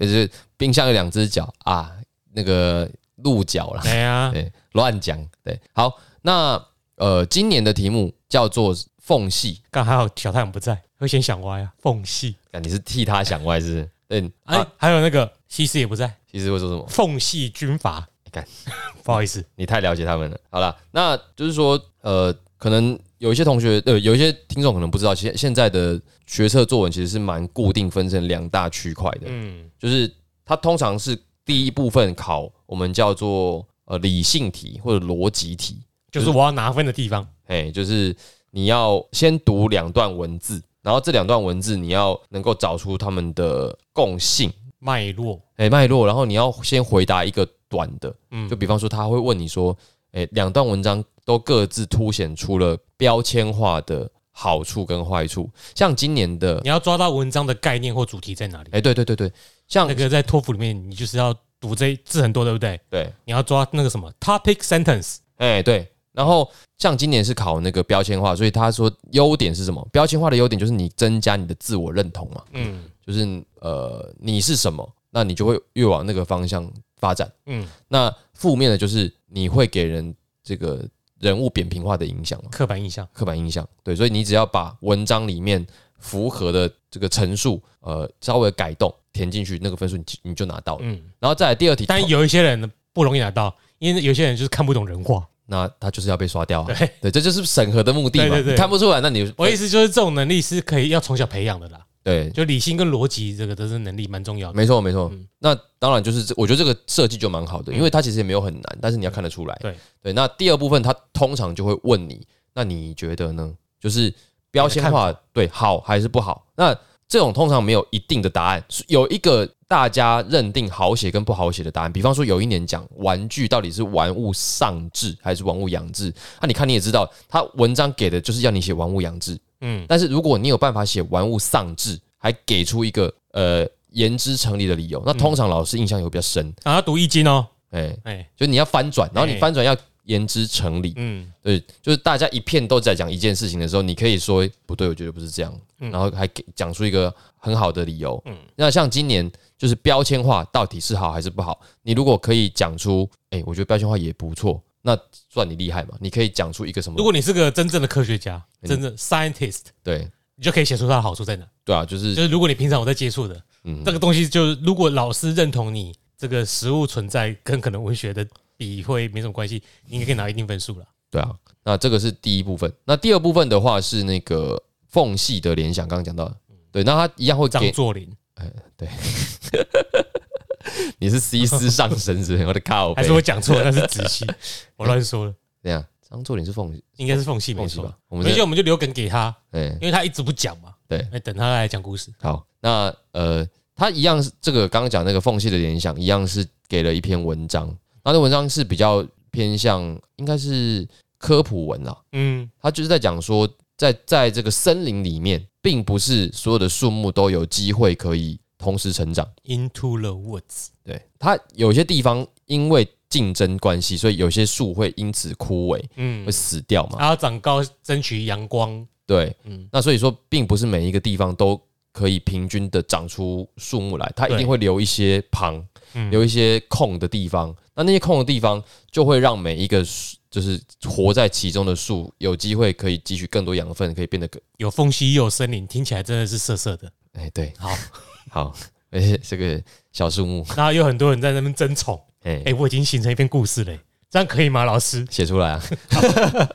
是冰箱有两只脚啊，那个鹿角啦，
哎呀，
对，乱讲。对，好，那呃，今年的题目叫做缝隙，
刚还好小太阳不在，会先想歪啊，缝隙。
干你是替他想歪是 不是？对，
哎
啊，，
还有那个西施也不在，
其实会说什么？
缝隙军阀
哎干。
不好意思，
你太了解他们了。好了，那就是说，呃，可能有一些同学，呃，有一些听众可能不知道，现现在的学测作文其实是蛮固定分成两大区块的，
嗯
就是它通常是第一部分考我们叫做呃理性题或者逻辑题，
就是我要拿分的地方。
哎，就是你要先读两段文字，然后这两段文字你要能够找出他们的共性。
脉络，
哎、脉络，然后你要先回答一个短的，
嗯
就比方说他会问你说，哎、两段文章都各自凸显出了标签化的好处跟坏处，像今年的，
你要抓到文章的概念或主题在哪里
哎、。对对对对，像、
那个在托福里面，你就是要读这字很多，对不对？
对，
你要抓那个什么 topic sentence，
哎、对，然后像今年是考那个标签化，所以他说优点是什么？标签化的优点就是你增加你的自我认同嘛，
嗯
就是呃你是什么，那你就会越往那个方向发展。
嗯，
那负面的就是你会给人这个人物扁平化的影响嘛。
刻板印象，
刻板印象。对，所以你只要把文章里面符合的这个陈述，呃，稍微改动填进去，那个分数你就你就拿到了。
嗯，
然后再来第二题，
但有一些人不容易拿到，因为有些人就是看不懂人话。
那他就是要被刷掉、啊。
对，
对，这就是审核的目的嘛。
对对对
你看不出来，那你
我意思就是这种能力是可以要从小培养的啦，
对，
就理性跟逻辑这个都是能力蛮重要的。
没错没错。
嗯
那当然就是这，我觉得这个设计就蛮好的，因为它其实也没有很难，但是你要看得出来。
对
对，那第二部分他通常就会问你，那你觉得呢？就是标签化对好还是不好？那这种通常没有一定的答案，是有一个大家认定好写跟不好写的答案。比方说，有一年讲玩具到底是玩物丧志还是玩物养志，那、你看你也知道，他文章给的就是要你写玩物养志。
嗯，
但是如果你有办法写玩物丧志，还给出一个呃言之成理的理由，那通常老师印象也会比较深。
然后他读易经哦，
哎、
哎，
就你要翻转，然后你
哎
翻转要言之成理。
嗯，
对，就是大家一片都在讲一件事情的时候，你可以说不对，我觉得不是这样，
嗯
然后还给讲出一个很好的理由。
嗯
那像今年就是标签化到底是好还是不好，你如果可以讲出，哎、我觉得标签化也不错，那算你厉害嘛？你可以讲出一个什么？
如果你是个真正的科学家，
嗯
真正 scientist，
对
你就可以写出它的好处在哪。
对啊，就是
就是如果你平常有在接触的
嗯
这个东西，就是如果老师认同你这个实物存在跟可能文学的比会没什么关系，你应该可以拿一定分数了。
对啊，那这个是第一部分。那第二部分的话是那个缝隙的联想，刚刚讲到的，对，那他一样会
嗯张
给
作霖
你是 C 思上身是不是？我的靠
还
背，
是我讲错了，那是 直系，我乱说了，
怎样？张作霖是缝隙
应该是缝隙没
缝隙
错
吧。？我们
而且
在
我们就留梗给他，
哎
因为他一直不讲嘛。
对，
哎，等他来讲故事。
好，那呃，他一样是这个刚刚讲那个缝隙的联想，一样是给了一篇文章，那这文章是比较偏向应该是科普文啦，
嗯
他就是在讲说，在在这个森林里面，并不是所有的树木都有机会可以同时成长。
，Into the woods，
对，它有些地方因为竞争关系，所以有些树会因此枯萎，
嗯
会，死掉嘛。
然后长高，争取阳光，
对，
嗯
那所以说，并不是每一个地方都可以平均的长出树木来，它一
对
定会留一些旁，
嗯
留一些空的地方。那那些空的地方，就会让每一个树就是活在其中的树有机会可以汲取更多养分，可以变得更
有缝隙又有森林，听起来真的是涩涩的。
哎，对，
好，
好， 而且这个小树木，
然后有很多人在那边争宠，
哎
哎、，我已经形成一篇故事嘞、这样可以吗，老师？
写出来啊。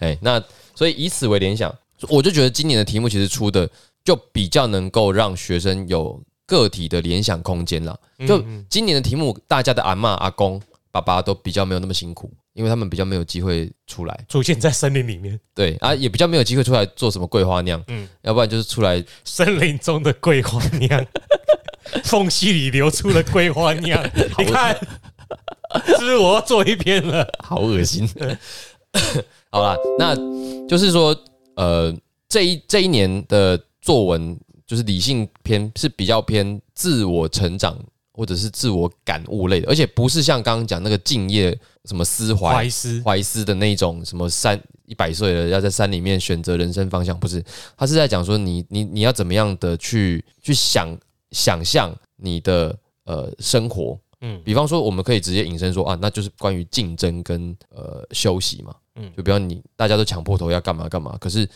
哎，那所以以此为联想，我就觉得今年的题目其实出的就比较能够让学生有个体的联想空间啦。
嗯
就今年的题目，大家的阿嬷、阿公、爸爸都比较没有那么辛苦，因为他们比较没有机会出来，
出现在森林里面，
对啊，也比较没有机会出来做什么桂花酿，
嗯
嗯，要不然就是出来
森林中的桂花 酿，缝隙里流出了桂花 酿，你看，是不是我要做一篇了？
好恶心。好啦，那就是说，呃，这一这一年的作文就是理性篇是比较偏自我成长或者是自我感悟类的，而且不是像刚刚讲那个敬业什么思怀啊
怀斯，
怀斯的那种什么山一百岁了要在山里面选择人生方向，不是，他是在讲说你你你要怎么样的去去想想象你的呃生活，
嗯
比方说，我们可以直接引申说啊，那就是关于竞争跟呃休息嘛，
嗯
嗯，就比方你大家都抢破头要干嘛干嘛，可是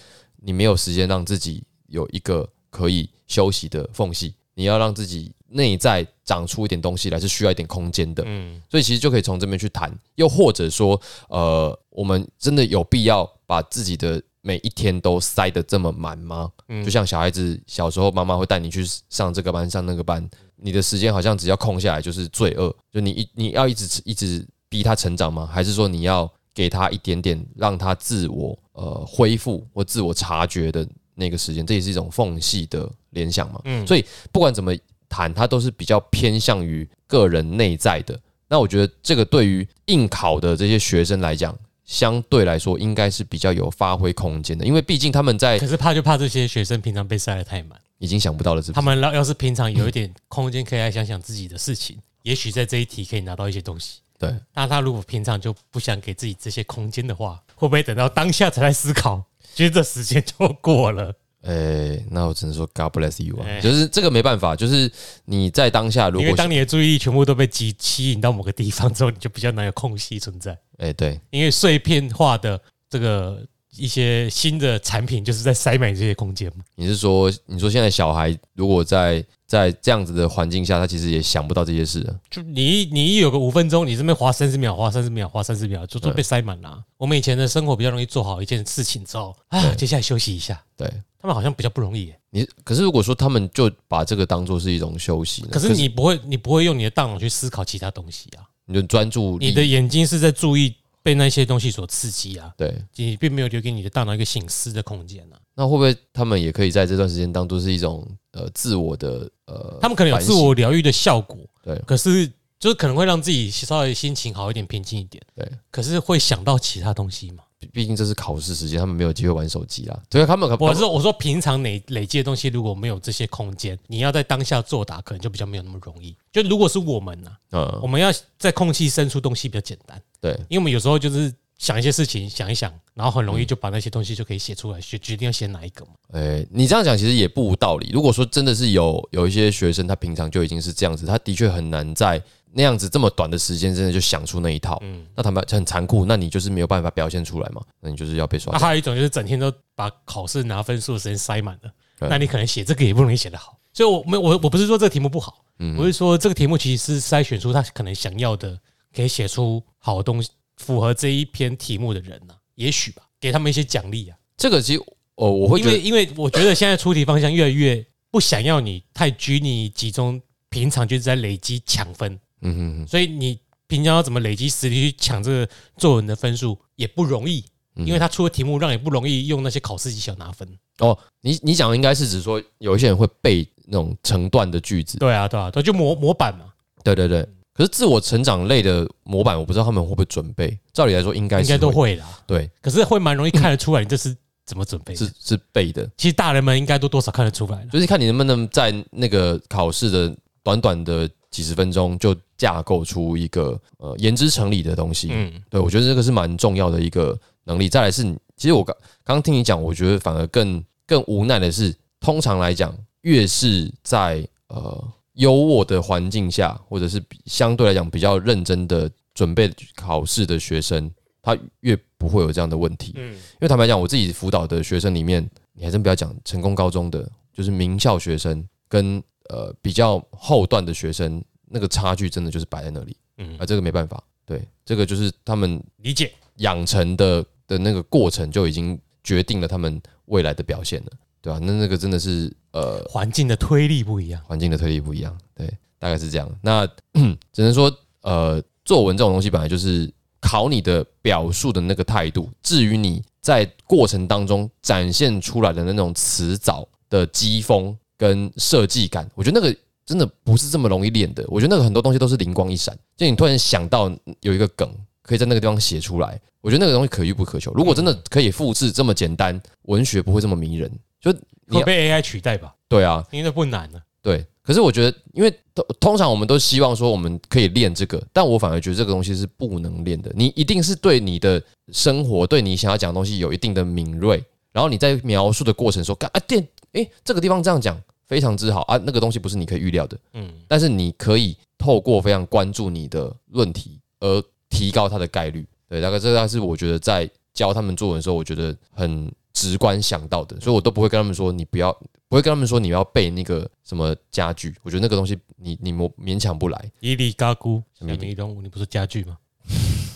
你没有时间让自己有一个可以休息的缝隙，你要让自己内在长出一点东西来，是需要一点空间的，
嗯
所以其实就可以从这边去谈，又或者说，呃，我们真的有必要把自己的每一天都塞得这么满吗？
嗯
就像小孩子小时候，妈妈会带你去上这个班，上那个班，你的时间好像只要空下来就是罪恶，就你一你要一直一直逼他成长吗？还是说你要给他一点点，让他自我呃恢复或自我察觉的那个时间？这也是一种缝隙的联想嘛。
嗯
所以不管怎么谈，它都是比较偏向于个人内在的。那我觉得这个对于应考的这些学生来讲，相对来说应该是比较有发挥空间的，因为毕竟他们在
可是怕就怕这些学生平常被塞得太满，
已经想不到了，是不
他
是？
们要要是平常有一点空间，可以来想想自己的事情，也许在这一题可以拿到一些东西。
对，
那他如果平常就不想给自己这些空间的话，会不会等到当下才来思考？其实这时间就过了。
呃、那我只能说 God bless you
哎
啊，就是这个没办法，就是你在当下如
因
果想
为当你的注意力全部都被吸吸引到某个地方之后，你就比较难有空隙存在。
哎、对
因为碎片化的这个一些新的产品，就是在塞满这些空间嘛。
你是说你说现在小孩如果在在这样子的环境下，他其实也想不到这些事了，
就你一你一有个五分钟，你这边划三十秒，划三十秒，划三十秒，就就被塞满了啊、我们以前的生活比较容易做好一件事情之后，啊，接下来休息一下。
对。
他们好像比较不容易耶，
你可是如果说他们就把这个当做是一种休息呢，
可是你不会，你不会用你的大脑去思考其他东西啊，
你就专注力
你的眼睛是在注意被那些东西所刺激啊，
对，
你并没有留给你的大脑一个醒思的空间啊。
那会不会他们也可以在这段时间当做是一种呃自我的呃，
他们可能有自我疗愈的效果，
对
可是就是可能会让自己稍微心情好一点，平静一点，
对。
可是会想到其他东西嘛？
毕毕竟这是考试时间，他们没有机会玩手机啦。对啊，他们可
我是我说平常累累积的东西，如果没有这些空间，你要在当下作答，可能就比较没有那么容易。就如果是我们呢、我
嗯，
们要在空气深处东西比较简单，
对
因为我们有时候就是想一些事情，想一想，然后很
嗯
容易就把那些东西就可以写出来，决决定要写哪一个嘛。
哎、你这样讲其实也不无道理。如果说真的是有有一些学生，他平常就已经是这样子，他的确很难在那样子这么短的时间，真的就想出那一套。嗯，那坦白很残酷，那你就是没有办法表现出来嘛，那你就是要被刷
那。还有一种就是整天都把考试拿分数的时间塞满了，
对
那你可能写这个也不容易写得好。所以我没有我我不是说这个题目不好，
嗯
我是说这个题目其实是筛选出他可能想要的，可以写出好东西，符合这一篇题目的人呢、也许吧，给他们一些奖励啊。
这个其实哦，我会
因
觉
为
得
因为我觉得现在出题方向越来越不想要你太拘泥集中，平常就是在累积抢分，
嗯哼哼，
所以你平常要怎么累积实力去抢这个作文的分数也不容易，因为他出的题目让你不容易用那些考试技巧拿分。
哦，你你讲的应该是指说有一些人会背那种成段的句子，
对啊，对啊，对，就模模板嘛，
对对对。可是自我成长类的模板，我不知道他们会不会准备。照理来说，应该
应
是
该都会啦。
对，
可是会蛮容易看得出来你这是怎么准备的
是。是背的。
其实大人们应该都多少看得出来了。
就是看你能不能在那个考试的短短的几十分钟就架构出一个呃言之成理的东西。
嗯，
对我觉得这个是蛮重要的一个能力。再来是你，其实我刚刚听你讲，我觉得反而更更无奈的是，通常来讲，越是在呃优渥的环境下，或者是比相对来讲比较认真的准备考试的学生，他越不会有这样的问题。
嗯
因为坦白讲，我自己辅导的学生里面，你还真不要讲成功高中的，就是名校学生跟呃比较后段的学生，那个差距真的就是摆在那里
嗯
啊，，这个没办法，对，这个就是他们
理解。
养成的的那个过程就已经决定了他们未来的表现了，对吧、那那个真的是呃
环境的推力不一样。
环境的推力不一样，对，大概是这样。那 只能说，呃，作文这种东西本来就是考你的表述的那个态度，至于你在过程当中展现出来的那种辞藻的机锋跟设计感，我觉得那个真的不是这么容易练的。我觉得那个很多东西都是灵光一闪，就你突然想到有一个梗。可以在那个地方写出来，我觉得那个东西可遇不可求。如果真的可以复制这么简单，文学不会这么迷人。就你
会被 AI 取代吧？
对啊，
因为那不难了。
对，可是我觉得，因为通通常我们都希望说我们可以练这个，但我反而觉得这个东西是不能练的。你一定是对你的生活、对你想要讲的东西有一定的敏锐，然后你在描述的过程说，干啊电，诶、这个地方这样讲非常之好啊，那个东西不是你可以预料的，
嗯，
但是你可以透过非常关注你的论题而提高它的概率。对，大概这大概是我觉得在教他们作文的时候，我觉得很直观想到的，所以我都不会跟他们说你不要，不会跟他们说你要背那个什么家具，我觉得那个东西你你勉勉强不来。
伊犁嘎咕，
什
小
么伊犁
明一动物，你不是家具吗？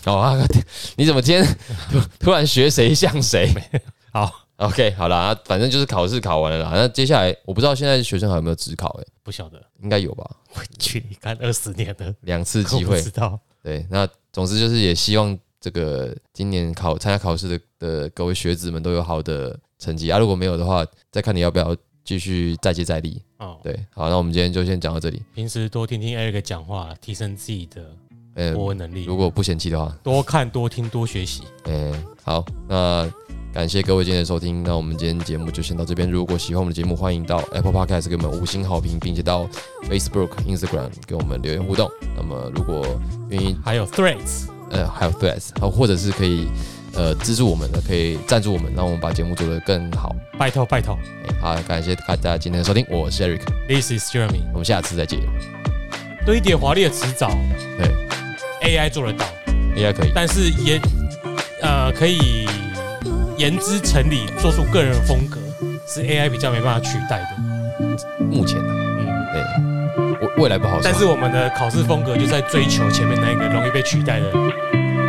哦啊， 你怎么今天 突突然学谁像谁？
好，
OK，好啦，啊反正就是考试考完了啦。那接下来我不知道现在学生还有没有职考、欸，
不晓得，
应该有吧，
我去你干二十年了，
两次
我
机
不
会
知。道。
对，那总之就是也希望这个今年考参加考试的的各位学子们都有好的成绩啊。如果没有的话，再看你要不要继续再接再厉。
哦，
对，好，那我们今天就先讲到这里。
平时多听听 Eric 讲话，提升自己的
呃，
国文能力
如，果不嫌弃的话，
多看、多听、多学习。
嗯，好，那感谢各位今天的收听，那我们今天节目就先到这边。如果喜欢我们的节目，欢迎到 Apple Podcast 给我们五星好评，并且到 Facebook、Instagram 给我们留言互动。那么如果愿意
还有 Threads，
呃，还有 Threads，好，或者是可以呃资助我们的，可以赞助我们，让我们把节目做得更好。
拜托拜托
哎好，感谢大家今天的收听，我是 Eric，
，This is Jeremy，
我们下次再见。
堆叠华丽的辞藻
对
，AI 做得到，
，AI 可以，
但是言呃可以言之成理，做出个人风格，是 AI 比较没办法取代的。
目前啊
嗯。
对，我未来不好说
但。是我们的考试风格就在追求前面那一个容易被取代的，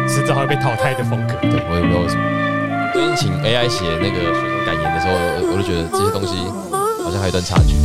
迟早会被淘汰的风格。
对我也不知道为什么。最近请 AI 写那个学生感言的时候，我我就觉得这些东西好像还有一段差距。